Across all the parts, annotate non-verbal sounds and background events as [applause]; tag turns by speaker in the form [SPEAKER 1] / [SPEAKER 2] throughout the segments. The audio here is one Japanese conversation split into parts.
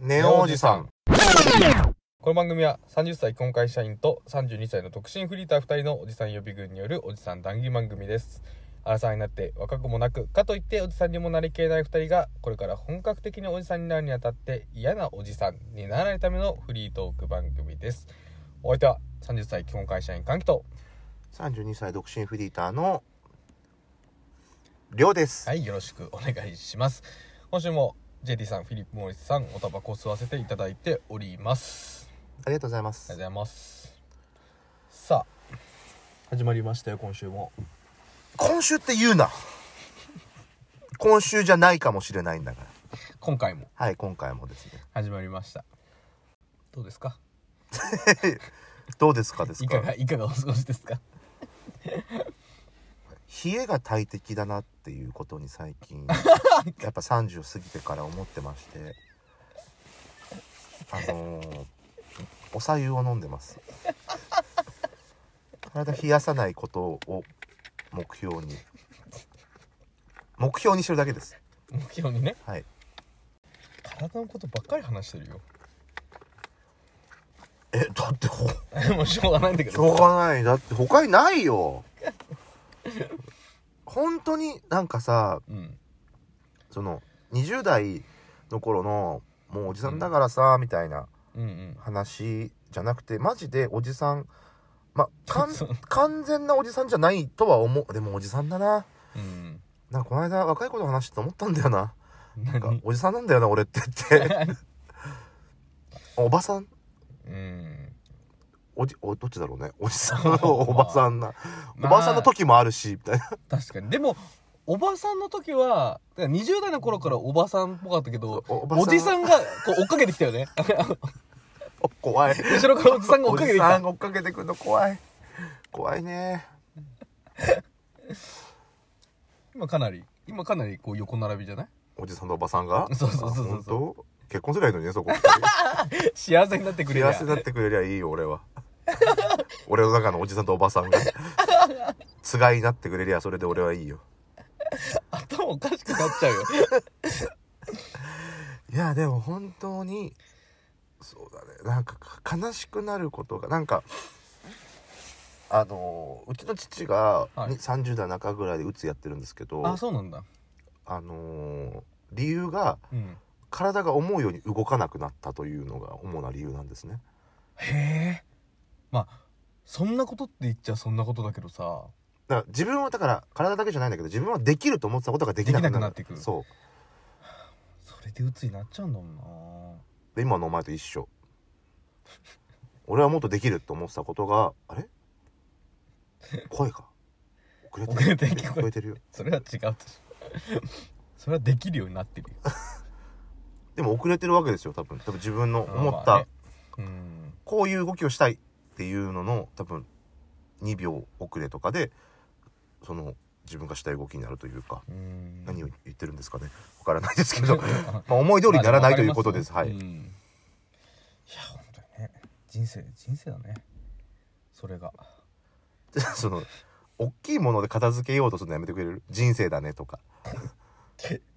[SPEAKER 1] おじさん。
[SPEAKER 2] この番組は30歳婚会社員と32歳の独身フリーター2人のおじさん予備軍によるおじさん談義番組です。アラサーになって若くもなく、かといっておじさんにもなりきれない2人が、これから本格的におじさんになるにあたって嫌なおじさんにならないためのフリートーク番組です。お相手は30歳婚会社員歓喜と、
[SPEAKER 1] 32歳独身フリーターの、りょうです。
[SPEAKER 2] はい、よろしくお願いします。今週も JT さん、フィリップ・モリスさん、おタバコを吸わせていただいております。
[SPEAKER 1] ありがとうございま
[SPEAKER 2] ありがとう
[SPEAKER 1] す
[SPEAKER 2] ご。ざいます。さあ、始まりましたよ、今週も。
[SPEAKER 1] 今週って言うな。今週じゃないかもしれないんだから。
[SPEAKER 2] 今回も
[SPEAKER 1] はい、今回もですね。 [laughs]
[SPEAKER 2] 始まりました。どうですか
[SPEAKER 1] どうですかです
[SPEAKER 2] い
[SPEAKER 1] か
[SPEAKER 2] かが、いかがお過ごしですか
[SPEAKER 1] 冷えが大敵だなっていうことに最 [laughs] 近、やっぱ30を過ぎてから思ってまして。あのー、お茶湯を飲んでます。体冷やさないことを目標に。目標にしてるだけです。
[SPEAKER 2] 目標にね、
[SPEAKER 1] はい。
[SPEAKER 2] 体のことばっかり話してるよ。
[SPEAKER 1] え、だってほ、し
[SPEAKER 2] [laughs] もうしょうがないんだけど。
[SPEAKER 1] ょうがない。だって他にないよ。本当になんかさ、
[SPEAKER 2] うん。
[SPEAKER 1] その、20代の頃の、もうおじさんだからさ、みたいな
[SPEAKER 2] うんうん。
[SPEAKER 1] 話じゃなくて、マジでおじさん、ま、かん
[SPEAKER 2] そう
[SPEAKER 1] 完全なおじさんじゃないとは思う。でもおじさんだな。
[SPEAKER 2] うん。
[SPEAKER 1] なんかこの間若い子と話してて思ったんだよな。なんか
[SPEAKER 2] 何、
[SPEAKER 1] おじさんなんだよな、俺って言って。 [laughs] おばさん
[SPEAKER 2] うん。
[SPEAKER 1] おじ、お、どっちだろうね。おじさん
[SPEAKER 2] [laughs]
[SPEAKER 1] のおばさんな。お
[SPEAKER 2] まあ
[SPEAKER 1] ばさんの時もあるし、みたいな。
[SPEAKER 2] 確かに。でも、おばさんの時は、だから20代の頃からおばさんっぽかったけど、
[SPEAKER 1] おおばさん
[SPEAKER 2] おじさんがこう追っかけてきたよね。
[SPEAKER 1] お怖い。
[SPEAKER 2] 後ろからおじさんが追っかけてき
[SPEAKER 1] おじさ
[SPEAKER 2] た
[SPEAKER 1] ん。が追っかけてくるの怖い。怖いね。
[SPEAKER 2] 今かなり、今かなりこう横並びじゃない
[SPEAKER 1] おじさんとおばさんが。
[SPEAKER 2] [laughs] そうそうそうそう
[SPEAKER 1] あ本当結婚すればいいのにね、
[SPEAKER 2] [laughs]
[SPEAKER 1] そこ。
[SPEAKER 2] 幸せになってくれりゃ
[SPEAKER 1] 幸せになってくれりゃいいよ、俺は。 [laughs] 俺の中のおじさんとおばさん
[SPEAKER 2] [laughs]
[SPEAKER 1] が。つがいになってくれりゃ、それで俺はいいよ。
[SPEAKER 2] 頭おかしくなっちゃうよ。
[SPEAKER 1] いや、でも本当に、そうだね。なんか悲しくなることが、なんか、あのうちの父が、
[SPEAKER 2] はい
[SPEAKER 1] 30代中ぐらいでうつやってるんですけど
[SPEAKER 2] あ、そうなんだ。
[SPEAKER 1] あのー理由が
[SPEAKER 2] うん。
[SPEAKER 1] 体が思うように動かなくなったというのが主な理由なんですね。
[SPEAKER 2] へえ。まあ、そんなことって言っちゃそんなことだけどさ。
[SPEAKER 1] だから自分はだから体だけじゃないんだけど自分はできると思ってたことができなくな
[SPEAKER 2] できなくな
[SPEAKER 1] っ
[SPEAKER 2] ってくる
[SPEAKER 1] そ
[SPEAKER 2] それで鬱になっちゃうんだもん
[SPEAKER 1] うで今のお前と一緒俺はもっとできると思ってたことがあれ声が遅れてる
[SPEAKER 2] 遅れてる
[SPEAKER 1] 聞こえてるよ
[SPEAKER 2] な。それは違うとし [laughs] それはできるようになってるよ。
[SPEAKER 1] でも遅れてるわけですよ多分多分自分の思っ
[SPEAKER 2] まあ
[SPEAKER 1] た
[SPEAKER 2] ねうん。
[SPEAKER 1] こういう動きをしたいっていうのの多分2秒遅れとかでその自分がしたい動きになるというか
[SPEAKER 2] うん
[SPEAKER 1] 何を言ってるんですかねわからないですけ
[SPEAKER 2] [laughs]
[SPEAKER 1] どまあ思い通りにならないということですはい、
[SPEAKER 2] うんいや本当にね人生人生だねそれが
[SPEAKER 1] [laughs] その大きいもので片付けようとするのやめてくれる人生だね
[SPEAKER 2] [laughs]
[SPEAKER 1] とか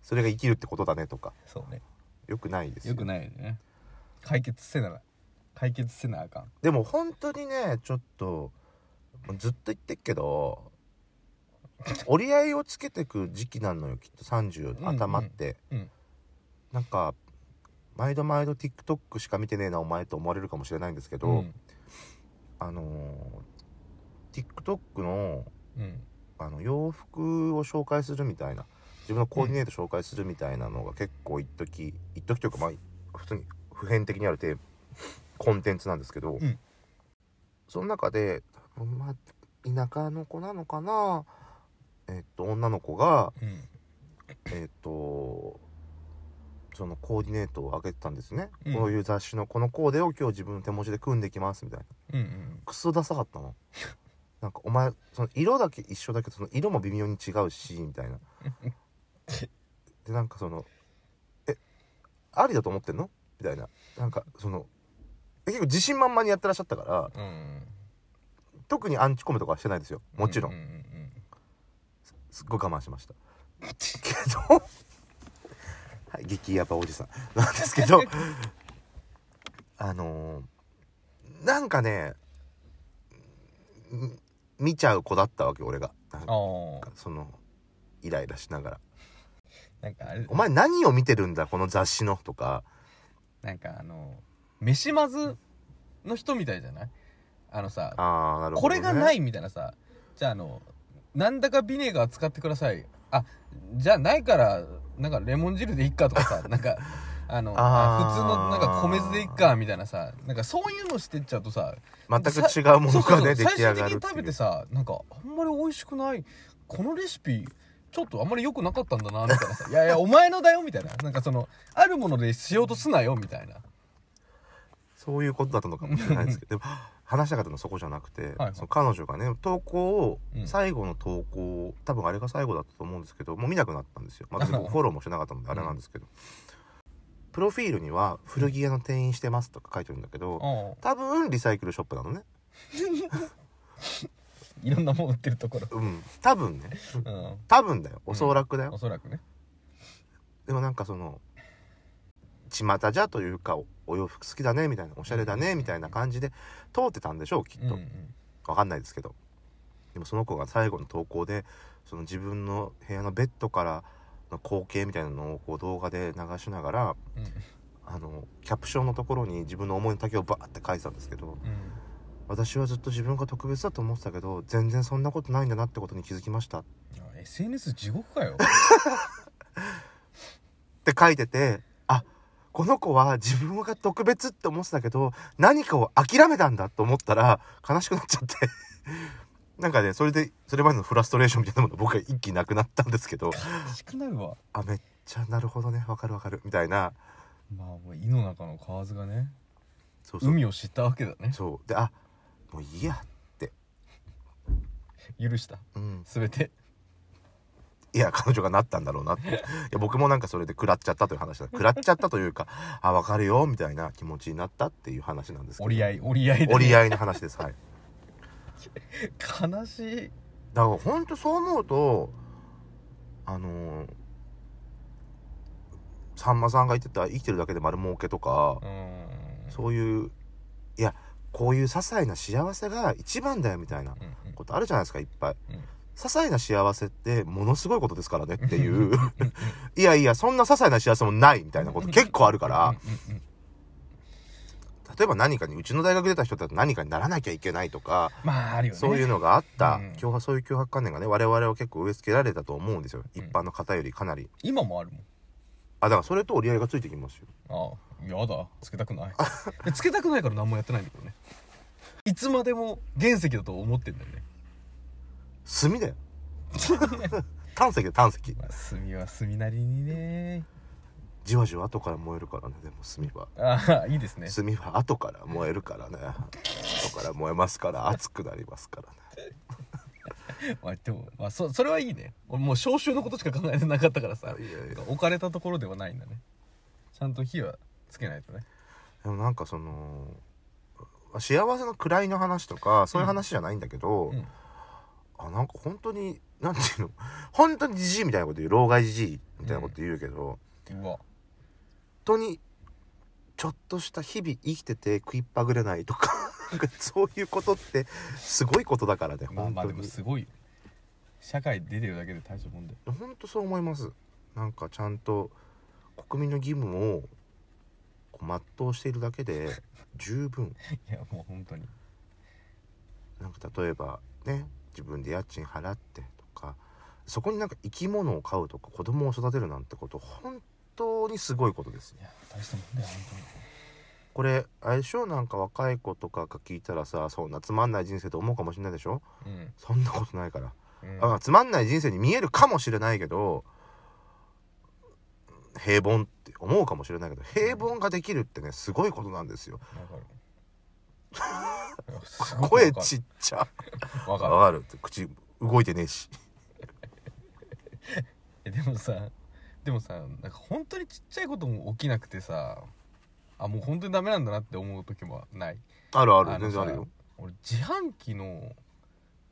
[SPEAKER 1] それが生きるってことだねとか
[SPEAKER 2] そうね
[SPEAKER 1] よくないですよ
[SPEAKER 2] よくないよね解決せなら解決せなあかん
[SPEAKER 1] でも本当にねちょっとずっと言ってっけど折り合いをつけてく時期なのよきっと30頭って、
[SPEAKER 2] うん
[SPEAKER 1] なんか毎度毎度 TikTok しか見てねえなお前と思われるかもしれないんですけど、
[SPEAKER 2] うん
[SPEAKER 1] あのー TikTok の
[SPEAKER 2] うん
[SPEAKER 1] あの洋服を紹介するみたいな自分のコーディネート紹介するみたいなのが結構一時一時というかまあ普通に普遍的にあるテーマコンテンツなんですけど、
[SPEAKER 2] ん
[SPEAKER 1] その中で多分まあ田舎の子なのかなえっと女の子が
[SPEAKER 2] うん
[SPEAKER 1] えっとそのコーディネートを上げてたんですね、
[SPEAKER 2] うん
[SPEAKER 1] こういう雑誌のこのコーデを今日自分の手持ちで組んできますみたいな
[SPEAKER 2] うんうん
[SPEAKER 1] クソダサかったのなんかお前その色だけ一緒だけどその色も微妙に違うしみたいなでなんかその「えありだと思ってんの?」みたいななんかそのえ結構自信満々にやってらっしゃったから
[SPEAKER 2] うんうん
[SPEAKER 1] 特にアンチコメとかはしてないですよもちろん、
[SPEAKER 2] うううん
[SPEAKER 1] すっごい我慢しま
[SPEAKER 2] [laughs]
[SPEAKER 1] した
[SPEAKER 2] [laughs]
[SPEAKER 1] けどはい激ヤバおじさんなんですけどあのーなんかねん見ちゃう子だったわけ俺がなんか
[SPEAKER 2] ああ
[SPEAKER 1] そのイライラしながら
[SPEAKER 2] なんかあれ
[SPEAKER 1] 「お前何を見てるんだこの雑誌の」とか
[SPEAKER 2] なんかあの飯まずの人みたいじゃないあのさ
[SPEAKER 1] ああなる
[SPEAKER 2] こ
[SPEAKER 1] ほど、
[SPEAKER 2] れ
[SPEAKER 1] ね、
[SPEAKER 2] がないいみたいなさじゃああのなんだかビネガー使ってくださいあじゃあないからなんかレモン汁でいっかとかさなんかあの
[SPEAKER 1] あー
[SPEAKER 2] 普通のなんか米酢でいっかみたいなさなんかそういうのしてっちゃうとさ
[SPEAKER 1] 全く違うも
[SPEAKER 2] そ
[SPEAKER 1] の
[SPEAKER 2] うそう
[SPEAKER 1] が
[SPEAKER 2] そう
[SPEAKER 1] ね出
[SPEAKER 2] 最
[SPEAKER 1] 来上
[SPEAKER 2] 終的
[SPEAKER 1] が
[SPEAKER 2] に
[SPEAKER 1] るって
[SPEAKER 2] 食べ
[SPEAKER 1] い
[SPEAKER 2] て
[SPEAKER 1] う
[SPEAKER 2] さなんかあんまり美味しくないこのレシピちょっとあんまり良くなかったんだなみたいなさいやいやお前のだよみたいななんかそのあるものでしようとすなよみたいな
[SPEAKER 1] そういうことだったのかもしれないですけどでも話したかったのはそこじゃなくて、
[SPEAKER 2] はい
[SPEAKER 1] その彼女がね投稿を、
[SPEAKER 2] うん
[SPEAKER 1] 最後の投稿を多分あれが最後だったと思うんですけどもう見なくなったんですよ、まあ、
[SPEAKER 2] [laughs]
[SPEAKER 1] 別に僕フォローもしてなかったのであれなんですけど、プロフィールには「古着屋の店員してます」とか書いてるんだけど、
[SPEAKER 2] うん
[SPEAKER 1] 多分リサイクルショップなのね
[SPEAKER 2] いろんなもん売ってるところ
[SPEAKER 1] うん多分ね
[SPEAKER 2] うん
[SPEAKER 1] 多分だよおそらくだよ、
[SPEAKER 2] おそらくね
[SPEAKER 1] でもなんかその巷じゃというかおお洋服好きだねみたいなおしゃれだねみたいな感じで通ってたんでしょうきっ
[SPEAKER 2] うん
[SPEAKER 1] と、わかんないですけどでもその子が最後の投稿でその自分の部屋のベッドからの光景みたいなのをこう動画で流しながら
[SPEAKER 2] うん
[SPEAKER 1] あのキャプションのところに自分の思いの丈をバーって書いてたんですけど
[SPEAKER 2] うん
[SPEAKER 1] 私はずっと自分が特別だと思ってたけど全然そんなことないんだなってことに気づきましたっ
[SPEAKER 2] あ SNS 地獄かよ
[SPEAKER 1] て書いててあこの子は自分が特別って思ってたけど何かを諦めたんだと思ったら悲しくなっちゃって [laughs] なんかねそれでそれまでのフラストレーションみたいなものが僕は一気になくなったんですけど
[SPEAKER 2] 悲しくなるわ
[SPEAKER 1] あめっちゃなるほどねわかるわかるみたいな
[SPEAKER 2] まあもう胃の中の蛙がね
[SPEAKER 1] そうそう
[SPEAKER 2] 海を知ったわけだね
[SPEAKER 1] そうであもういいや
[SPEAKER 2] 許した
[SPEAKER 1] うん
[SPEAKER 2] 全て
[SPEAKER 1] いや彼女がなったんだろうなっていや僕もなんかそれで食らっちゃったという話だ食らっちゃったというか [laughs] あわかるよみたいな気持ちになったっていう話なんですけど
[SPEAKER 2] 折り合い折り合いで、ね、
[SPEAKER 1] 折り合いの話ですはい
[SPEAKER 2] 悲しい
[SPEAKER 1] だからほんとそう思うとあのーさんまさんが言ってた生きてるだけで丸儲けとか
[SPEAKER 2] う、ん
[SPEAKER 1] そういういやこういう些細な幸せが一番だよみたいな
[SPEAKER 2] うんうん
[SPEAKER 1] ことあるじゃないですかいっぱい、
[SPEAKER 2] うん
[SPEAKER 1] 些細な幸せってものすごいことですからねっていう [laughs] いやいやそんな些細な幸せもないみたいなこと結構あるから
[SPEAKER 2] うんうんうん
[SPEAKER 1] 例えば何かにうちの大学出た人だと何かにならなきゃいけないとか、
[SPEAKER 2] まああるよね
[SPEAKER 1] そういうのがあった、
[SPEAKER 2] うん
[SPEAKER 1] 脅迫そういう脅迫観念がね我々は結構植え付けられたと思うんですよ
[SPEAKER 2] うん
[SPEAKER 1] 一般の方よりかなり
[SPEAKER 2] 今もあるもん
[SPEAKER 1] あだからそれと折り合いがついてきますよ
[SPEAKER 2] ああやだつけたくないでつけたくないから何もやってないんだけどねいつまでも原石だと思ってんだよね
[SPEAKER 1] 炭だよ炭石だよ炭石
[SPEAKER 2] まあ炭は炭なりにね
[SPEAKER 1] じわじわ後から燃えるからねでも炭は
[SPEAKER 2] ああいいですね
[SPEAKER 1] 炭は後から燃えるからね後から燃えますから熱くなりますからね
[SPEAKER 2] まあでも、まあ、そそれはいいね俺もう消臭のことしか考えてなかったからさ
[SPEAKER 1] いやいや
[SPEAKER 2] 置かれたところではないんだねちゃんと火はつけないとね
[SPEAKER 1] でもなんかその幸せの位の話とかそういう話じゃないんだけど、
[SPEAKER 2] うん
[SPEAKER 1] あなんか本当になんていうの [laughs] 本当にじじいみたいなこと言う老害じじいみたいなこと言うけど、本
[SPEAKER 2] うわ
[SPEAKER 1] 当にちょっとした日々生きてて食いっぱぐれないとか [laughs] なんかそういうことってすごいことだからね
[SPEAKER 2] まあ
[SPEAKER 1] 本
[SPEAKER 2] まあ
[SPEAKER 1] 当
[SPEAKER 2] でも
[SPEAKER 1] に
[SPEAKER 2] すごいよ社会出てるだけで大したもんで
[SPEAKER 1] 本当そう思いますなんかちゃんと国民の義務をこう全うしているだけで十分
[SPEAKER 2] いやもう本当に
[SPEAKER 1] なんか例えばね自分で家賃払ってとかそこになんか生き物を飼うとか子供を育てるなんてこと本当にすごいことですよ
[SPEAKER 2] いや大したもんだよ
[SPEAKER 1] これあれでしょなんか若い子とかが聞いたらさそんなつまんない人生と思うかもしれないでしょ
[SPEAKER 2] 本当に
[SPEAKER 1] そんなことないから、
[SPEAKER 2] うん、うん、
[SPEAKER 1] あつまんない人生に見えるかもしれないけど平凡って思うかもしれないけど平凡ができるってねすごいことなんですよ
[SPEAKER 2] わかるい
[SPEAKER 1] [laughs]
[SPEAKER 2] やすごくわか
[SPEAKER 1] 声
[SPEAKER 2] る
[SPEAKER 1] ちっちゃ
[SPEAKER 2] わかる
[SPEAKER 1] わかる口動いてねえし
[SPEAKER 2] えでもさでもさなんか本当にちっちゃいことも起きなくてさあもう本当にダメなんだなって思う時もない
[SPEAKER 1] あるあ
[SPEAKER 2] あ
[SPEAKER 1] る
[SPEAKER 2] の
[SPEAKER 1] 全然
[SPEAKER 2] さ
[SPEAKER 1] あるよ
[SPEAKER 2] 俺自販機の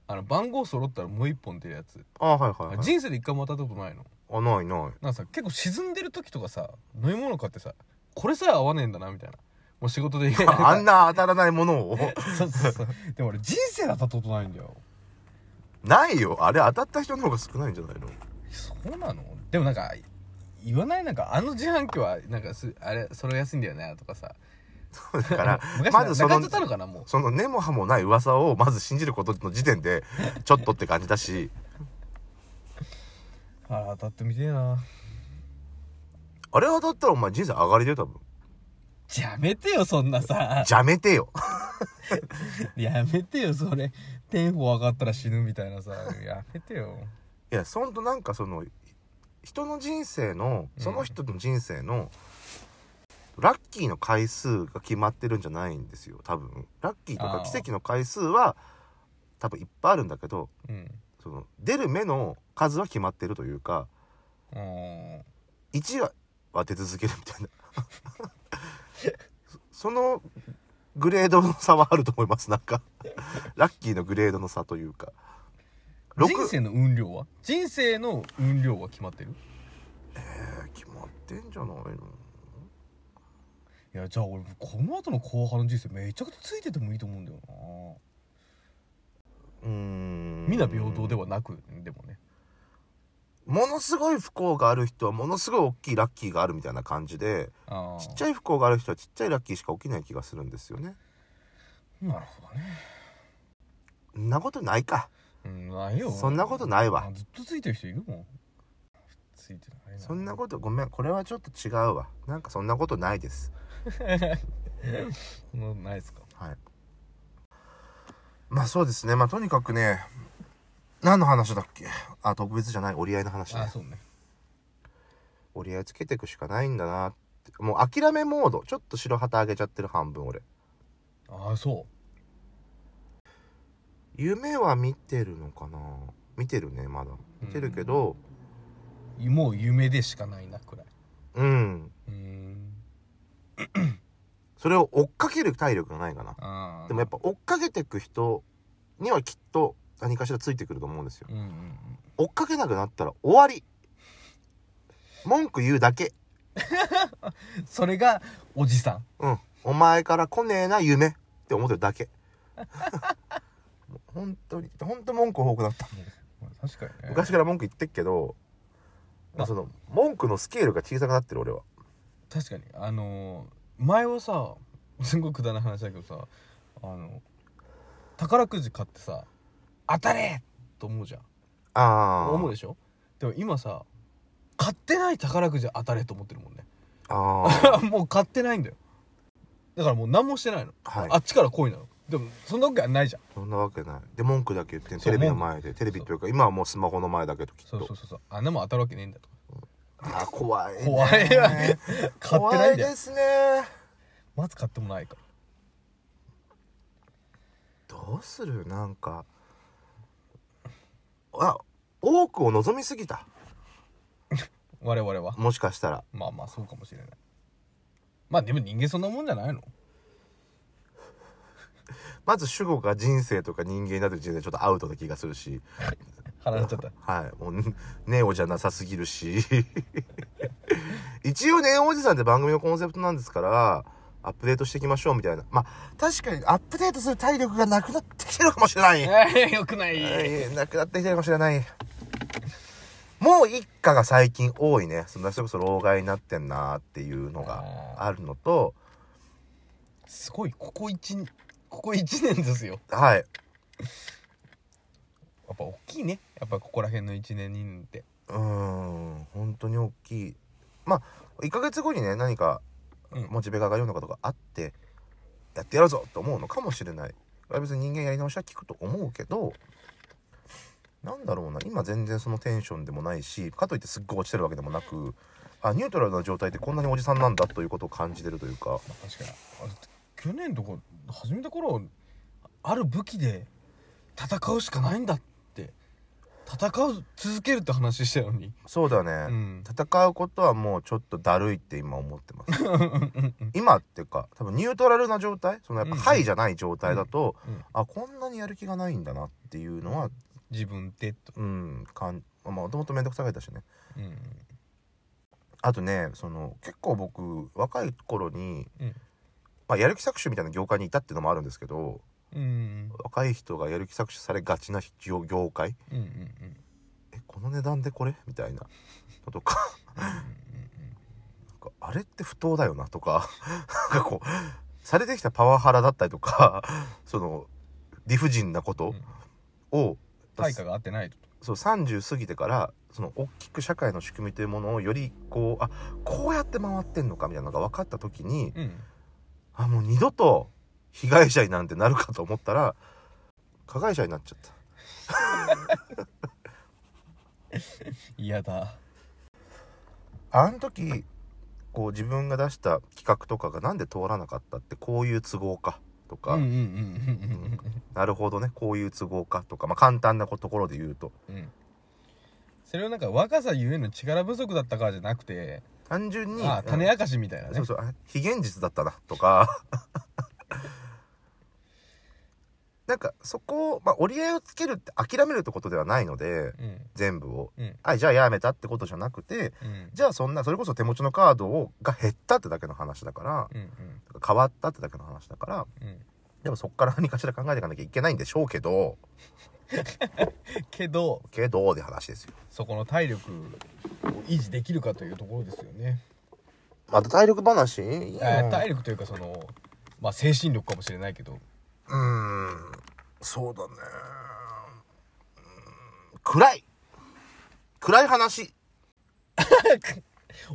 [SPEAKER 2] あの番号揃ったらもう一本出るやつ
[SPEAKER 1] あはいはい、はい、
[SPEAKER 2] 人生で一回も当たったことないの
[SPEAKER 1] あないない [laughs]
[SPEAKER 2] なんかさ結構沈んでる時とかさ飲み物買ってさこれさえ合わねえんだなみたいなもう仕事で言
[SPEAKER 1] [laughs]
[SPEAKER 2] え
[SPEAKER 1] ああんな当たらないものを [laughs]
[SPEAKER 2] [laughs] そうそうそうでも俺人生当たったことないんだよ
[SPEAKER 1] ないよあれ当たった人の方が少ないんじゃないの [laughs]
[SPEAKER 2] そうなのでもなんか言わないなんかあの自販機はなんかすあれそれ安いんだよねとかさ
[SPEAKER 1] だから
[SPEAKER 2] 昔
[SPEAKER 1] ま
[SPEAKER 2] な
[SPEAKER 1] ずそ
[SPEAKER 2] なか
[SPEAKER 1] の
[SPEAKER 2] ったのかなもう
[SPEAKER 1] その根も葉もない噂をまず信じることの時点で [laughs] ちょっとって感じだし
[SPEAKER 2] あら当たってみてえな
[SPEAKER 1] あれ当たったらお前人生上がりだよ多分
[SPEAKER 2] やめてよそんなさ
[SPEAKER 1] じゃめてよ
[SPEAKER 2] やめてよそれテンポ上がったら死ぬみたいなさやめてよ
[SPEAKER 1] いやそんとなんかその人の人生のその人の人生の、ラッキーの回数が決まってるんじゃないんですよ多分ラッキーとか
[SPEAKER 2] あー
[SPEAKER 1] 奇跡の回数は多分いっぱいあるんだけど
[SPEAKER 2] うん
[SPEAKER 1] その出る目の数は決まってるというか
[SPEAKER 2] うーん
[SPEAKER 1] 1は当て続けるみたいな [laughs] そそのグレードの差はあると思いますなんかラッキーのグレードの差というか6
[SPEAKER 2] 人生の運量は人生の運量は決まってる
[SPEAKER 1] えー決まってんじゃないの
[SPEAKER 2] いやじゃあ俺この後の後半の人生めちゃくちゃついててもいいと思うんだよな
[SPEAKER 1] うーん
[SPEAKER 2] みんな平等ではなくでもね
[SPEAKER 1] ものすごい不幸がある人はものすごい大きいラッキーがあるみたいな感じで
[SPEAKER 2] あ
[SPEAKER 1] ちっち
[SPEAKER 2] ゃ
[SPEAKER 1] ゃい不幸がある人はちっちゃいラッキーしか起きない気がするんですよね
[SPEAKER 2] なるほどね
[SPEAKER 1] んなことないか
[SPEAKER 2] うんないよ
[SPEAKER 1] そんなことないわ
[SPEAKER 2] あずっとついてる人いるもんついてないな
[SPEAKER 1] そんなことごめんこれはちょっと違うわなんかそんなことないです
[SPEAKER 2] そんなことないですか
[SPEAKER 1] はい。まあそうですね。まあとにかくね、何の話だっけあ、特別じゃない、折り合いの話
[SPEAKER 2] あ
[SPEAKER 1] ね。
[SPEAKER 2] そうね
[SPEAKER 1] 折り合いつけていくしかないんだなって。もう諦めモード。ちょっと白旗上げちゃってる半分俺。
[SPEAKER 2] あそ
[SPEAKER 1] 夢は見てるのかな見てるね、まだ。見てるけど、
[SPEAKER 2] うもう夢でしかないなくらい
[SPEAKER 1] うん。
[SPEAKER 2] うーん
[SPEAKER 1] それを追っかける体力がないかな。
[SPEAKER 2] ああ
[SPEAKER 1] でもやっぱ追っかけていく人にはきっと何かしらついてくると思うんですよ。
[SPEAKER 2] うんうんうん
[SPEAKER 1] 追っかけなくなったら終わり。文句言うだけ。
[SPEAKER 2] それがおじさん
[SPEAKER 1] うん。お前から来ねえな、夢って思ってるだ
[SPEAKER 2] [laughs]
[SPEAKER 1] け。もう本当に、本当文句多くなった。
[SPEAKER 2] まあ確かにね
[SPEAKER 1] 昔から文句言ってっけど、
[SPEAKER 2] まあ
[SPEAKER 1] その、文句のスケールが小さくなってる俺は。
[SPEAKER 2] 確かにあのー前はさすごいくだらない話だけどさあの宝くじ買ってさ当たれと思うじゃん
[SPEAKER 1] ああ。
[SPEAKER 2] 思うでしょでも今さ買ってない宝くじ当たれと思ってるもんね
[SPEAKER 1] ああ。
[SPEAKER 2] [laughs] もう買ってないんだよだからもう何もしてないの、
[SPEAKER 1] はい
[SPEAKER 2] あ。っちから来いなのでもそんなわけはないじゃん
[SPEAKER 1] そんなわけない。で、文句だけ言ってん
[SPEAKER 2] そ
[SPEAKER 1] テ
[SPEAKER 2] う
[SPEAKER 1] レビの前で。テレビというか、今はもうスマホの前だけど、きっ
[SPEAKER 2] そうそ
[SPEAKER 1] と。
[SPEAKER 2] うそうそうあんなもん当たるわけねえんだと
[SPEAKER 1] ああ、怖いね。[laughs]
[SPEAKER 2] 怖いわね買ってな
[SPEAKER 1] 怖
[SPEAKER 2] い
[SPEAKER 1] い
[SPEAKER 2] んだ
[SPEAKER 1] で
[SPEAKER 2] よ
[SPEAKER 1] すね。
[SPEAKER 2] まず買ってもないから
[SPEAKER 1] どうするなんか。あ、多くを望みすぎた。
[SPEAKER 2] 我々は
[SPEAKER 1] もしかしたら。
[SPEAKER 2] まあまあそうかもしれないまあでも人間そんなもんじゃないの
[SPEAKER 1] まず主語が人生とか人間になってる時点でちょっとアウトな気がするし、
[SPEAKER 2] 離れちゃった
[SPEAKER 1] はい、もうねネオじゃなさすぎるし [laughs] 一応ネオおじさんって番組のコンセプトなんですからアップデートしていきましょうみたいなまあ確かにアップデートする体力がなくなってきてるかもしれない、は [laughs]
[SPEAKER 2] えー、よくない
[SPEAKER 1] い、なくなってきてるかもしれないもう一家が最近多いねそんなそれこそ老害になってんなーっていうのがあるのと
[SPEAKER 2] すごいここ一年ここ一年ですよ
[SPEAKER 1] はい
[SPEAKER 2] やっぱ大きいねやっぱここら辺の一年人って
[SPEAKER 1] うーん本当に大きいまあ1ヶ月後にね何か
[SPEAKER 2] うん
[SPEAKER 1] モチベが上がるようなことがあってやってやるぞと思うのかもしれない別に人間やり直しは効くと思うけどなんだろうな今全然そのテンションでもないしかといってすっごい落ちてるわけでもなくあニュートラルな状態ってこんなにおじさんなんだということを感じてるというか
[SPEAKER 2] まあ確かにあれ去年とか始めた頃ある武器で戦うしかないんだって戦う続けるって話したのに
[SPEAKER 1] そうだ
[SPEAKER 2] う
[SPEAKER 1] ね、
[SPEAKER 2] ん
[SPEAKER 1] 戦うことはもうちょっとだるいって今思ってます
[SPEAKER 2] [laughs]
[SPEAKER 1] 今っていうか多分ニュートラルな状態そのやっぱ
[SPEAKER 2] うん
[SPEAKER 1] ハイじゃない状態だと、
[SPEAKER 2] うん
[SPEAKER 1] あこんなにやる気がないんだなっていうのは
[SPEAKER 2] 自分ってと
[SPEAKER 1] うんかんまあもともと面倒くさがりだしね
[SPEAKER 2] うん
[SPEAKER 1] あとねその結構僕若い頃に、
[SPEAKER 2] うん
[SPEAKER 1] ままあ、やる気搾取みたいな業界にいたっていうのもあるんですけど
[SPEAKER 2] うん
[SPEAKER 1] 若い人がやる気搾取されがちな業業界
[SPEAKER 2] うんうんうんうん
[SPEAKER 1] えこの値段でこれみたいなのとかなんかあれって不当だよなとかなんかこうされてきたパワハラだったりとかその理不尽なことを、
[SPEAKER 2] 対価が合ってないと
[SPEAKER 1] そう30過ぎてからその大きく社会の仕組みというものをよりこうあこうやって回ってんのかみたいなのが分かった時に
[SPEAKER 2] うん
[SPEAKER 1] あもう二度と被害者になんてなるかと思ったら加害者になっちゃった
[SPEAKER 2] 嫌だ
[SPEAKER 1] あの時こう自分が出した企画とかがなんで通らなかったってこういう都合かとか、
[SPEAKER 2] うんうんうん
[SPEAKER 1] なるほどねこういう都合かとか、まあ、簡単なこところで言うと
[SPEAKER 2] うんうんそれはなんか若さゆえの力不足だったからじゃなくて
[SPEAKER 1] 単純に
[SPEAKER 2] あ種明かしみたいなね
[SPEAKER 1] そうそうあ非現実だったなとか [laughs] なんかそこを、まあ、折り合いをつけるって諦めるってことではないので
[SPEAKER 2] うん
[SPEAKER 1] 全部を、
[SPEAKER 2] うん
[SPEAKER 1] あじゃあやめたってことじゃなくて
[SPEAKER 2] うん
[SPEAKER 1] じゃあそんなそれこそ手持ちのカードをが減ったってだけの話だから
[SPEAKER 2] うん
[SPEAKER 1] 変わったってだけの話だから
[SPEAKER 2] うんうん
[SPEAKER 1] でもそこから何かしら考えていかなきゃいけないんでしょうけど
[SPEAKER 2] けど
[SPEAKER 1] けどで話ですよ。
[SPEAKER 2] そこの体力を維持できるかというところですよね
[SPEAKER 1] また体力話いいな
[SPEAKER 2] えー体力というかそのまあ精神力かもしれないけど
[SPEAKER 1] うーんそうだねうーん暗い暗い話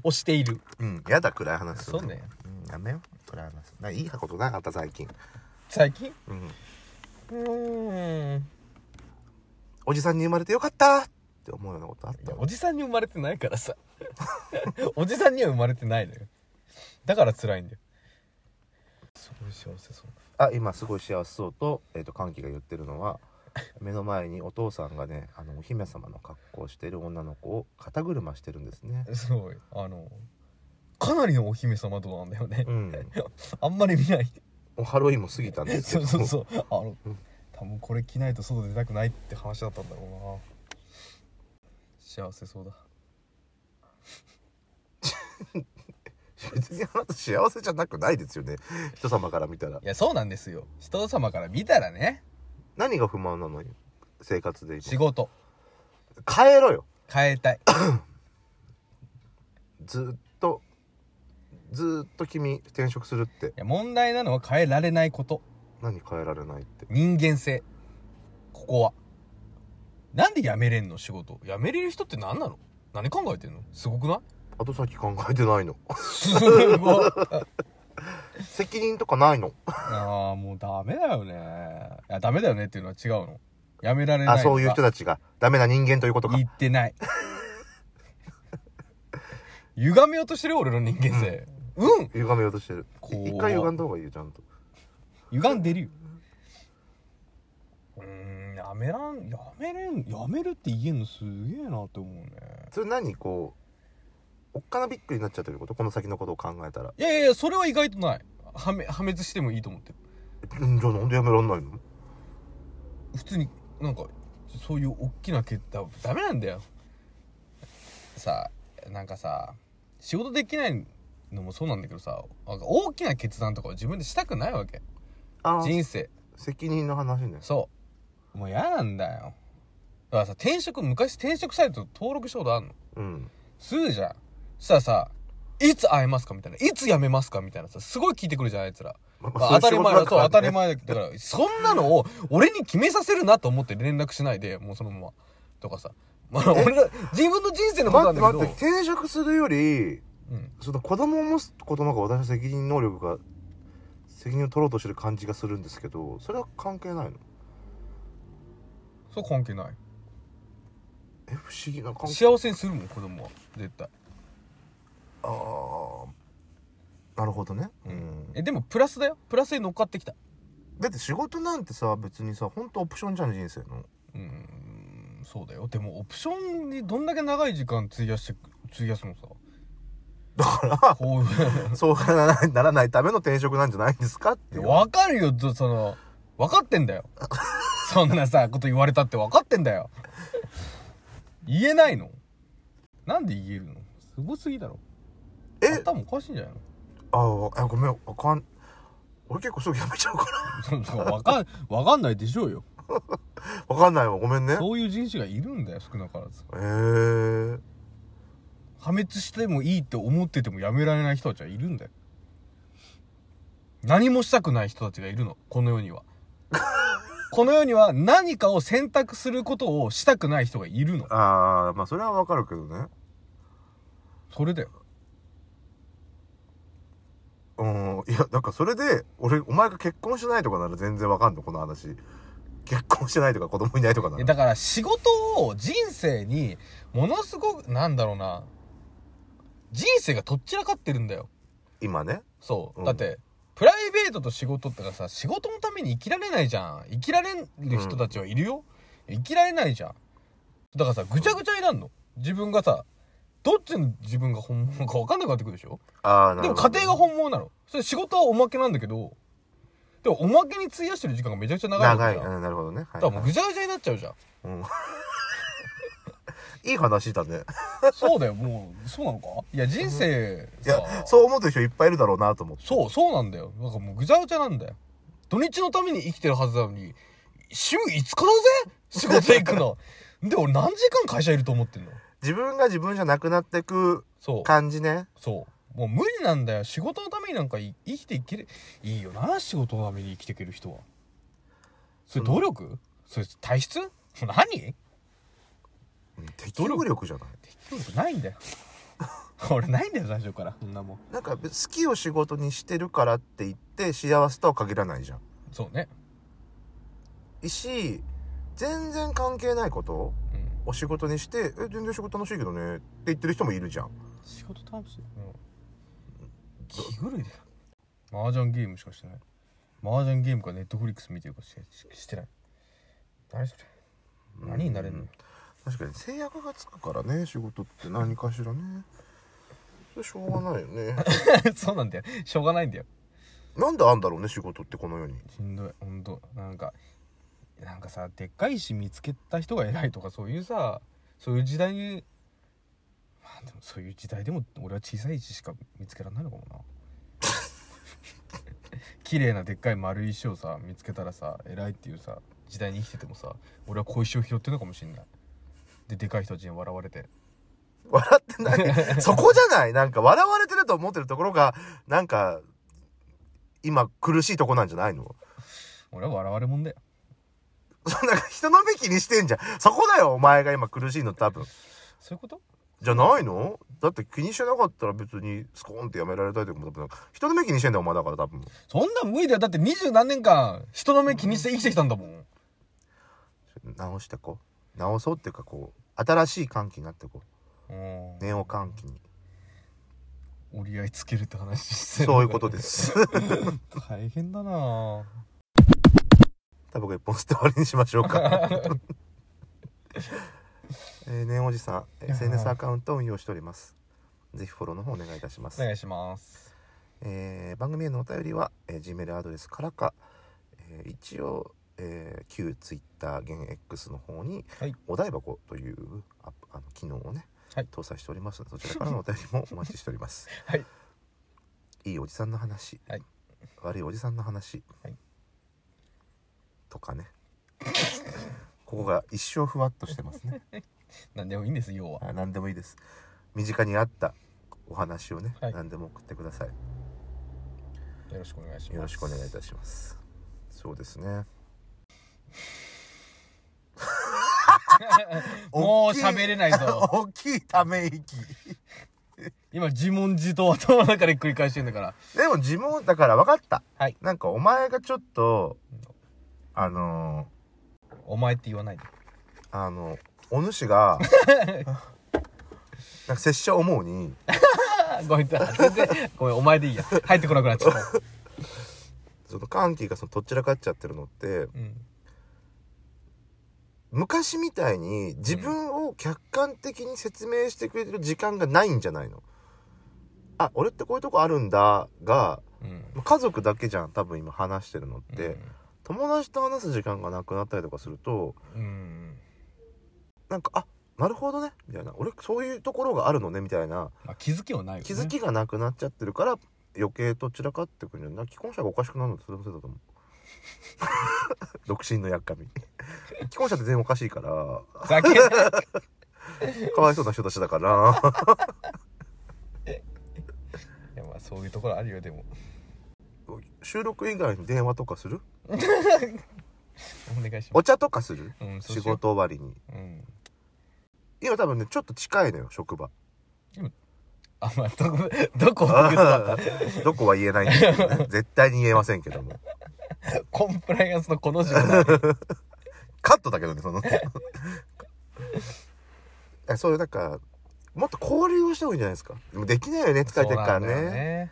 [SPEAKER 2] 押している
[SPEAKER 1] うんやだ暗い話する
[SPEAKER 2] そうね
[SPEAKER 1] うん、やめよう暗い話なんかいいことなかった最近
[SPEAKER 2] 最近
[SPEAKER 1] うん
[SPEAKER 2] うーん
[SPEAKER 1] おじさんに生まれてよかったって思うようなことあっ
[SPEAKER 2] いや
[SPEAKER 1] た
[SPEAKER 2] おじさんに生まれてないからさ [laughs] おじさんには生まれてないのよだから辛いんだよすごい幸せそう
[SPEAKER 1] あ今すごい幸せそうと,、えー、と歓喜が言ってるの [laughs] は目の前にお父さんがねあのお姫様の格好をしてる女の子を肩車してるんですね
[SPEAKER 2] すごいあのかなりのお姫様度なんだよね
[SPEAKER 1] うん
[SPEAKER 2] あんまり見ない
[SPEAKER 1] もうハロウィンも過ぎたんですけ
[SPEAKER 2] そ
[SPEAKER 1] [laughs] ど
[SPEAKER 2] うそうそうあの
[SPEAKER 1] うん
[SPEAKER 2] 多分これ着ないと外出たくないって話だったんだろうな幸せそうだ
[SPEAKER 1] 別にあなた幸せじゃなくないですよね人様から見たら
[SPEAKER 2] いやそうなんですよ人様から見たらね
[SPEAKER 1] 何が不満なのよ生活で
[SPEAKER 2] 仕事
[SPEAKER 1] 変えろよ
[SPEAKER 2] 変えたい
[SPEAKER 1] ずっとずっと君転職するって
[SPEAKER 2] いや問題なのは変えられないこと
[SPEAKER 1] 何変えられないって
[SPEAKER 2] 人間性ここはなんで辞めれんの仕事辞めれる人って何なの何考えてんのすごくない
[SPEAKER 1] 後先考えてないの
[SPEAKER 2] す
[SPEAKER 1] [laughs]
[SPEAKER 2] ごい
[SPEAKER 1] 責任とかないの
[SPEAKER 2] ああもうダメだよねいやダメだよねっていうのは違うの辞められない
[SPEAKER 1] あそういう人
[SPEAKER 2] だ
[SPEAKER 1] たちがダメな人間ということか
[SPEAKER 2] 言ってない歪めようとしてるよ俺の人間性うん
[SPEAKER 1] 歪めようとしてる
[SPEAKER 2] こう
[SPEAKER 1] 一回歪んだ方がいいよちゃんと
[SPEAKER 2] 歪んでるようーんやめらんやめれんやめるって言えんのすげえなって思うね
[SPEAKER 1] それ何こうおっかなびっくりになっちゃうということこの先のことを考えたら
[SPEAKER 2] いやいやいやそれは意外とないはめ破滅してもいいと思ってる
[SPEAKER 1] うんじゃあなんでやめらんないの
[SPEAKER 2] 普通になんかそういう大きな決断ダメなんだよさあなんかさ仕事できないのもそうなんだけどさなんか大きな決断とかを自分でしたくないわけ
[SPEAKER 1] あー
[SPEAKER 2] 人生
[SPEAKER 1] 責任の話ね
[SPEAKER 2] そうもう嫌なんだよだからさ転職昔転職サイト登録したことあんの
[SPEAKER 1] うん
[SPEAKER 2] するじゃんそしたらさいつ会えますかみたいないつ辞めますかみたいなさすごい聞いてくるじゃんあいつら
[SPEAKER 1] ま
[SPEAKER 2] まあ当たり前だ、そう当たり
[SPEAKER 1] 前
[SPEAKER 2] 前だけどだから、そんなのを俺に決めさせるなと思って連絡しないで、もうそのまま。とかさ。まあ、俺ら、自分の人生のこ
[SPEAKER 1] 待
[SPEAKER 2] と
[SPEAKER 1] って
[SPEAKER 2] なん
[SPEAKER 1] 待っ
[SPEAKER 2] だけ
[SPEAKER 1] て
[SPEAKER 2] ど、
[SPEAKER 1] 転職するより
[SPEAKER 2] うん、
[SPEAKER 1] その子供を持つことの方が私の責任能力が責任を取ろうとしてる感じがするんですけどそれは関係ないの
[SPEAKER 2] そう関係ない。
[SPEAKER 1] え不思議な関係
[SPEAKER 2] 幸せにするもん、子供は。絶対。
[SPEAKER 1] ああなるほどね、う
[SPEAKER 2] うん
[SPEAKER 1] ん、
[SPEAKER 2] え、でもプラスだよ。プラスに乗っかってきた。
[SPEAKER 1] だって仕事なんてさ別にさ本当オプションじゃん人生の [laughs]
[SPEAKER 2] うーん、そうだよ。でも、オプションにどんだけ長い時間費やして、費やすのさ。
[SPEAKER 1] だか
[SPEAKER 2] こう
[SPEAKER 1] らそうならないならないための転職なんじゃないんですかっていう
[SPEAKER 2] [laughs] わかるよ、とその、わかってんだよ。 [laughs] そんなさ、こと言われたってわかってんだよ。言えないのなんで言えるのすごすぎだろ。
[SPEAKER 1] え
[SPEAKER 2] 頭おかしいんじゃないの
[SPEAKER 1] ああごめんわかん俺結構すぐやめちゃうか
[SPEAKER 2] [laughs] わかんわかんないでしょうよ
[SPEAKER 1] ら [laughs] わかんないわごめんね
[SPEAKER 2] そういう人種がいるんだよ少なからず
[SPEAKER 1] えー、
[SPEAKER 2] 破滅してもいいって思っててもやめられない人たちはいるんだよ何もしたくない人たちがいるのこの世にはこの世には何かを選択することをしたくない人がいるの
[SPEAKER 1] ああまあそれはわかるけどね
[SPEAKER 2] それだよ
[SPEAKER 1] うんいやなんかそれで俺お前が結婚しないとかなら全然わかんのこの話結婚してないとか子供いないとかな
[SPEAKER 2] え
[SPEAKER 1] ら
[SPEAKER 2] だから仕事を人生にものすごくなんだろうな人生がとっちらかってるんだよ
[SPEAKER 1] 今ね
[SPEAKER 2] そう、
[SPEAKER 1] うん
[SPEAKER 2] だってプライベートと仕事ってかさ仕事のために生きられないじゃん生きられる人たちはいるよ、生きられないじゃんだからさぐちゃぐちゃになるの自分がさどっちの自分が本物か分かんなくなってくるでしょ
[SPEAKER 1] ああな
[SPEAKER 2] で
[SPEAKER 1] る
[SPEAKER 2] も
[SPEAKER 1] ほど
[SPEAKER 2] 家庭が本物なのそれ仕事はおまけなんだけどでもおまけに費やしてる時間がめちゃくちゃ長いわけ
[SPEAKER 1] 長い
[SPEAKER 2] じゃん
[SPEAKER 1] うんなるほどね、は
[SPEAKER 2] だ
[SPEAKER 1] い
[SPEAKER 2] からもうぐちゃぐちゃになっち
[SPEAKER 1] [laughs]
[SPEAKER 2] ゃうじゃん
[SPEAKER 1] いい話だね
[SPEAKER 2] そうだよ、もう、そうなのかいや、人生
[SPEAKER 1] い
[SPEAKER 2] さ、
[SPEAKER 1] やそう思ってる人いっぱいいるだろうなと思って
[SPEAKER 2] そう、そうなんだよ。なんかもうぐちゃぐちゃなんだよ。土日のために生きてるはずなのに、週5日だぜ仕事行く [laughs] の。で、俺何時間会社いると思ってんの
[SPEAKER 1] 自分が自分じゃなくなってく
[SPEAKER 2] そう。
[SPEAKER 1] 感じね
[SPEAKER 2] そう。もう無理なんだよ。仕事のためになんかい生きていける。いいよな、仕事のために生きていける人は。それ努力、それ体質何
[SPEAKER 1] うん適応力じゃない
[SPEAKER 2] 努力ないん [laughs] だよ。俺ないんだよ、最初から。そんなもん。
[SPEAKER 1] なんか好きを仕事にしてるからって言って幸せとは限らないじゃん
[SPEAKER 2] そうね。
[SPEAKER 1] いし全然関係ないこと
[SPEAKER 2] うん。
[SPEAKER 1] を仕事にして「え全然仕事楽しいけどね」って言ってる人もいるじゃん
[SPEAKER 2] 仕事楽しい気狂いだよ麻雀ゲームしかしてない麻雀ゲームかネットフリックス見てるかしししてない何それ何になれんの
[SPEAKER 1] うん確かに制約がつくからね仕事って何かしらねそれしょうがないよね
[SPEAKER 2] [laughs]
[SPEAKER 1] [laughs]
[SPEAKER 2] そうなんだよしょうがないんだよ
[SPEAKER 1] なんであんだろうね仕事ってこの世に
[SPEAKER 2] しんどいほんとなんかなんかさでっかい石見つけた人が偉いとかそういうさそういう時代にまあでもそういう時代でも俺は小さい石しか見つけられないのかもな綺麗なでっかい丸い石をさ見つけたらさ偉いっていうさ時代に生きててもさ俺は小石を拾ってるのかもしんないででかい人たちに笑われて
[SPEAKER 1] 笑ってないそこじゃないなんか笑われてると思ってるところがなんか今苦しいとこなんじゃないの [laughs]
[SPEAKER 2] 俺は笑われもんだよ
[SPEAKER 1] そんな人の目気にしてんじゃんそこだよお前が今苦しいの多分
[SPEAKER 2] そういうこと
[SPEAKER 1] じゃないのだって気にしてなかったら別にスコーンってやめられたいとかも多分人の目気にしてんだよお前だから多分
[SPEAKER 2] そんなん無理だよだって二十何年間人の目気にして生きてきたんだもん
[SPEAKER 1] 直してこう直そうっていうかこう新しい歓喜になってこ
[SPEAKER 2] うん
[SPEAKER 1] うネオ歓喜に
[SPEAKER 2] 折り合いつけるって話してる
[SPEAKER 1] そういうことです
[SPEAKER 2] 大変だなぁ
[SPEAKER 1] タバコ一本吸って終わりにしましょうかえー、ねんおじさんえー SNS アカウントを運用しておりますぜひフォローの方お願いいたしま
[SPEAKER 2] お
[SPEAKER 1] す、
[SPEAKER 2] 願いします
[SPEAKER 1] えー番組へのお便りは、えー Gmail アドレスからか、えー一応、えー旧 Twitter 現 X の方に、
[SPEAKER 2] はい
[SPEAKER 1] お台箱というアップあの機能をね、
[SPEAKER 2] はい
[SPEAKER 1] 搭載しておりますのでそちらからのお便りもお [laughs] 待ちしております、
[SPEAKER 2] はい
[SPEAKER 1] いいおじさんの話、
[SPEAKER 2] はい
[SPEAKER 1] 悪いおじさんの話、
[SPEAKER 2] はい
[SPEAKER 1] とかねここが一生ふわっとしてます
[SPEAKER 2] [laughs]
[SPEAKER 1] ね
[SPEAKER 2] 何でもいいんです要は
[SPEAKER 1] あ何でもいいです身近にあったお話をね、
[SPEAKER 2] はい
[SPEAKER 1] 何でも送ってください
[SPEAKER 2] よろしくお願いします
[SPEAKER 1] よろしくお願いいたします。そうですね。
[SPEAKER 2] [laughs] もう喋れないぞ
[SPEAKER 1] 大きいため息。
[SPEAKER 2] 今自問自答頭の中で繰り返してんだから
[SPEAKER 1] でも自分だから分かった。
[SPEAKER 2] はい
[SPEAKER 1] なんかお前がちょっとあの
[SPEAKER 2] お前って言わないで
[SPEAKER 1] ーあのお主
[SPEAKER 2] [laughs]
[SPEAKER 1] がなんか拙者思うに
[SPEAKER 2] あごめん全然ごめんお前でいいや入ってこなくなっちゃった
[SPEAKER 1] その歓喜がそのとっちらかっちゃってるのって
[SPEAKER 2] うん
[SPEAKER 1] 昔みたいに自分を客観的に説明してくれてる時間がないんじゃないのあ俺ってこういうとこあるんだが
[SPEAKER 2] うん
[SPEAKER 1] 家族だけじゃん多分今話してるのって、
[SPEAKER 2] うん
[SPEAKER 1] 友達と話す時間がなくなったりとかすると
[SPEAKER 2] うん
[SPEAKER 1] なんかあなるほどねみたいな俺そういうところがあるのねみたいな
[SPEAKER 2] まあ気づきはないよね
[SPEAKER 1] 気づきがなくなっちゃってるから余計と散らかってくるんじゃない既婚者がおかしくなるのってそれのせいだと思う独身のやっかみ既婚者って全員おかしいから
[SPEAKER 2] ざけんな
[SPEAKER 1] かわいそうな人たちだから
[SPEAKER 2] いやまあそういうところあるよでも
[SPEAKER 1] 収録以外に電話とかする
[SPEAKER 2] お願いしま
[SPEAKER 1] お茶とかする
[SPEAKER 2] す、うん、そう
[SPEAKER 1] 仕
[SPEAKER 2] しよう
[SPEAKER 1] 事終わりに
[SPEAKER 2] うん
[SPEAKER 1] 今多分ねちょっと近いのよ職
[SPEAKER 2] [laughs]
[SPEAKER 1] 場
[SPEAKER 2] あまあどこどこを送ったんだ
[SPEAKER 1] [laughs] どこは言えないんですけど
[SPEAKER 2] [laughs]
[SPEAKER 1] ね絶対に言えませんけども
[SPEAKER 2] コンプライアンスのこの字がない
[SPEAKER 1] カットだけどねそ
[SPEAKER 2] [laughs]
[SPEAKER 1] のあそういうなんかもっと交流をした方がいいんじゃないですかでもできないよね疲れてるからね
[SPEAKER 2] そうなんだよ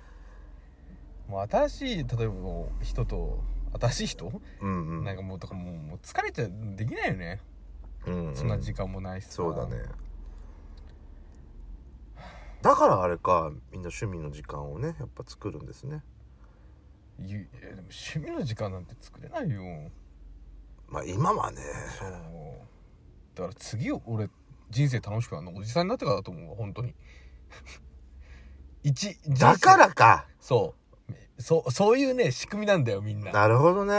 [SPEAKER 2] もう新しい例えばもう人と新しい人、
[SPEAKER 1] うんうん
[SPEAKER 2] なんかもうとかもうもう疲れちゃできないよね
[SPEAKER 1] うんうん
[SPEAKER 2] そんな時間もないしさ
[SPEAKER 1] そうだねだからあれかみんな趣味の時間をねやっぱ作るんですね
[SPEAKER 2] ゆいやでも趣味の時間なんて作れないよ
[SPEAKER 1] まあ今はね
[SPEAKER 2] そうだから次俺人生楽しくなるのおじさんになってからだと思うわ
[SPEAKER 1] [laughs]
[SPEAKER 2] 本当に一人生
[SPEAKER 1] だからか
[SPEAKER 2] そうそうそういうね仕組みなんだよみんなだか
[SPEAKER 1] なるほどね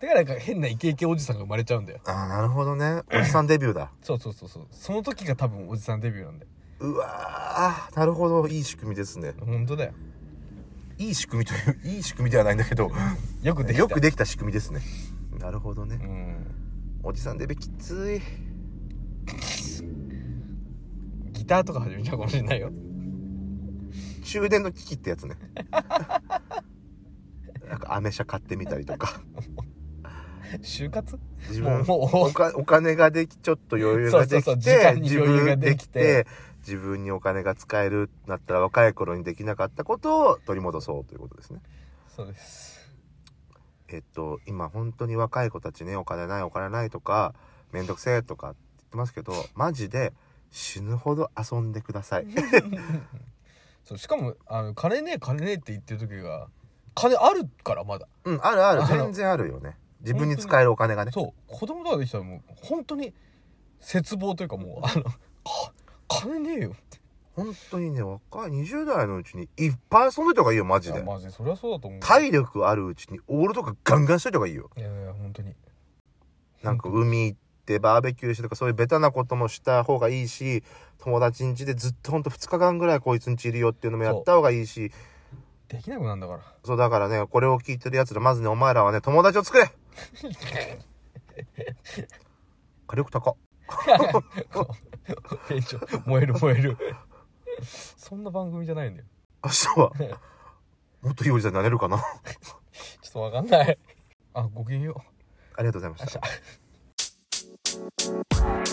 [SPEAKER 2] らなんか変なイケイケおじさんが生まれちゃうんだよ
[SPEAKER 1] あーなるほどねおじさんデビューだ
[SPEAKER 2] そうそうそうそうその時が多分おじさんデビューなんだよ
[SPEAKER 1] うわーなるほどいい仕組みですね
[SPEAKER 2] 本当だよ
[SPEAKER 1] いい仕組みといういい仕組みではないんだけど
[SPEAKER 2] よくできた
[SPEAKER 1] よくできた仕組みですねなるほどね
[SPEAKER 2] うん
[SPEAKER 1] おじさんデビきつい
[SPEAKER 2] ギターとか始めちゃうかもしれないよ
[SPEAKER 1] 終電の危機ってやつ
[SPEAKER 2] [laughs]
[SPEAKER 1] ねなんかアメ車買ってみたりとか
[SPEAKER 2] 就活
[SPEAKER 1] 自分
[SPEAKER 2] もうもう
[SPEAKER 1] お [laughs] かお金ができちょっと余裕がで
[SPEAKER 2] そうそうそう
[SPEAKER 1] き
[SPEAKER 2] 時
[SPEAKER 1] て
[SPEAKER 2] 間に
[SPEAKER 1] 自
[SPEAKER 2] 余裕が
[SPEAKER 1] 分
[SPEAKER 2] で
[SPEAKER 1] で
[SPEAKER 2] き
[SPEAKER 1] き
[SPEAKER 2] て
[SPEAKER 1] て自分にお金が使えるなったら若い頃にできなかったことを取り戻そうということですね
[SPEAKER 2] そうです
[SPEAKER 1] えっと今本当に若い子たちねお金ないお金ないとかめんどくせえとかって言ってますけどマジで死ぬほど遊んでくださ
[SPEAKER 2] [laughs]
[SPEAKER 1] い
[SPEAKER 2] [laughs] そうしかもあの金ねえ金ねえって言ってる時が金あるからまだ
[SPEAKER 1] うんあるある
[SPEAKER 2] あの
[SPEAKER 1] 全然あるよね自分に使えるお金がね
[SPEAKER 2] そう子供とかできたらもう本当に絶望というかもうあのか金ねえよって
[SPEAKER 1] 本当にね若い20代のうちにいっぱい遊んでた方がいいよマジ
[SPEAKER 2] い
[SPEAKER 1] で
[SPEAKER 2] やマジでそりゃそうだと思う
[SPEAKER 1] 体力あるうちにオールとかガンガンしといた方がいいよ
[SPEAKER 2] いやいや本当に
[SPEAKER 1] なんか海行ってバーベキューしてとかそういうベタなこともした方がいいし友達ん家でずっとほんと2日間ぐらいこいつん家いるよっていうのもやった方がいいし
[SPEAKER 2] できなくなんだから [laughs]
[SPEAKER 1] そうだからねこれを聞いてるやつらまずねお前らはね友達を作れ火力高
[SPEAKER 2] 店長燃える燃えるそんな番組じゃないんだよ
[SPEAKER 1] 明日はもっといいおじさんになれるかな
[SPEAKER 2] ちょっとわかんないあごきげんよう
[SPEAKER 1] ありがとうございました
[SPEAKER 2] 明日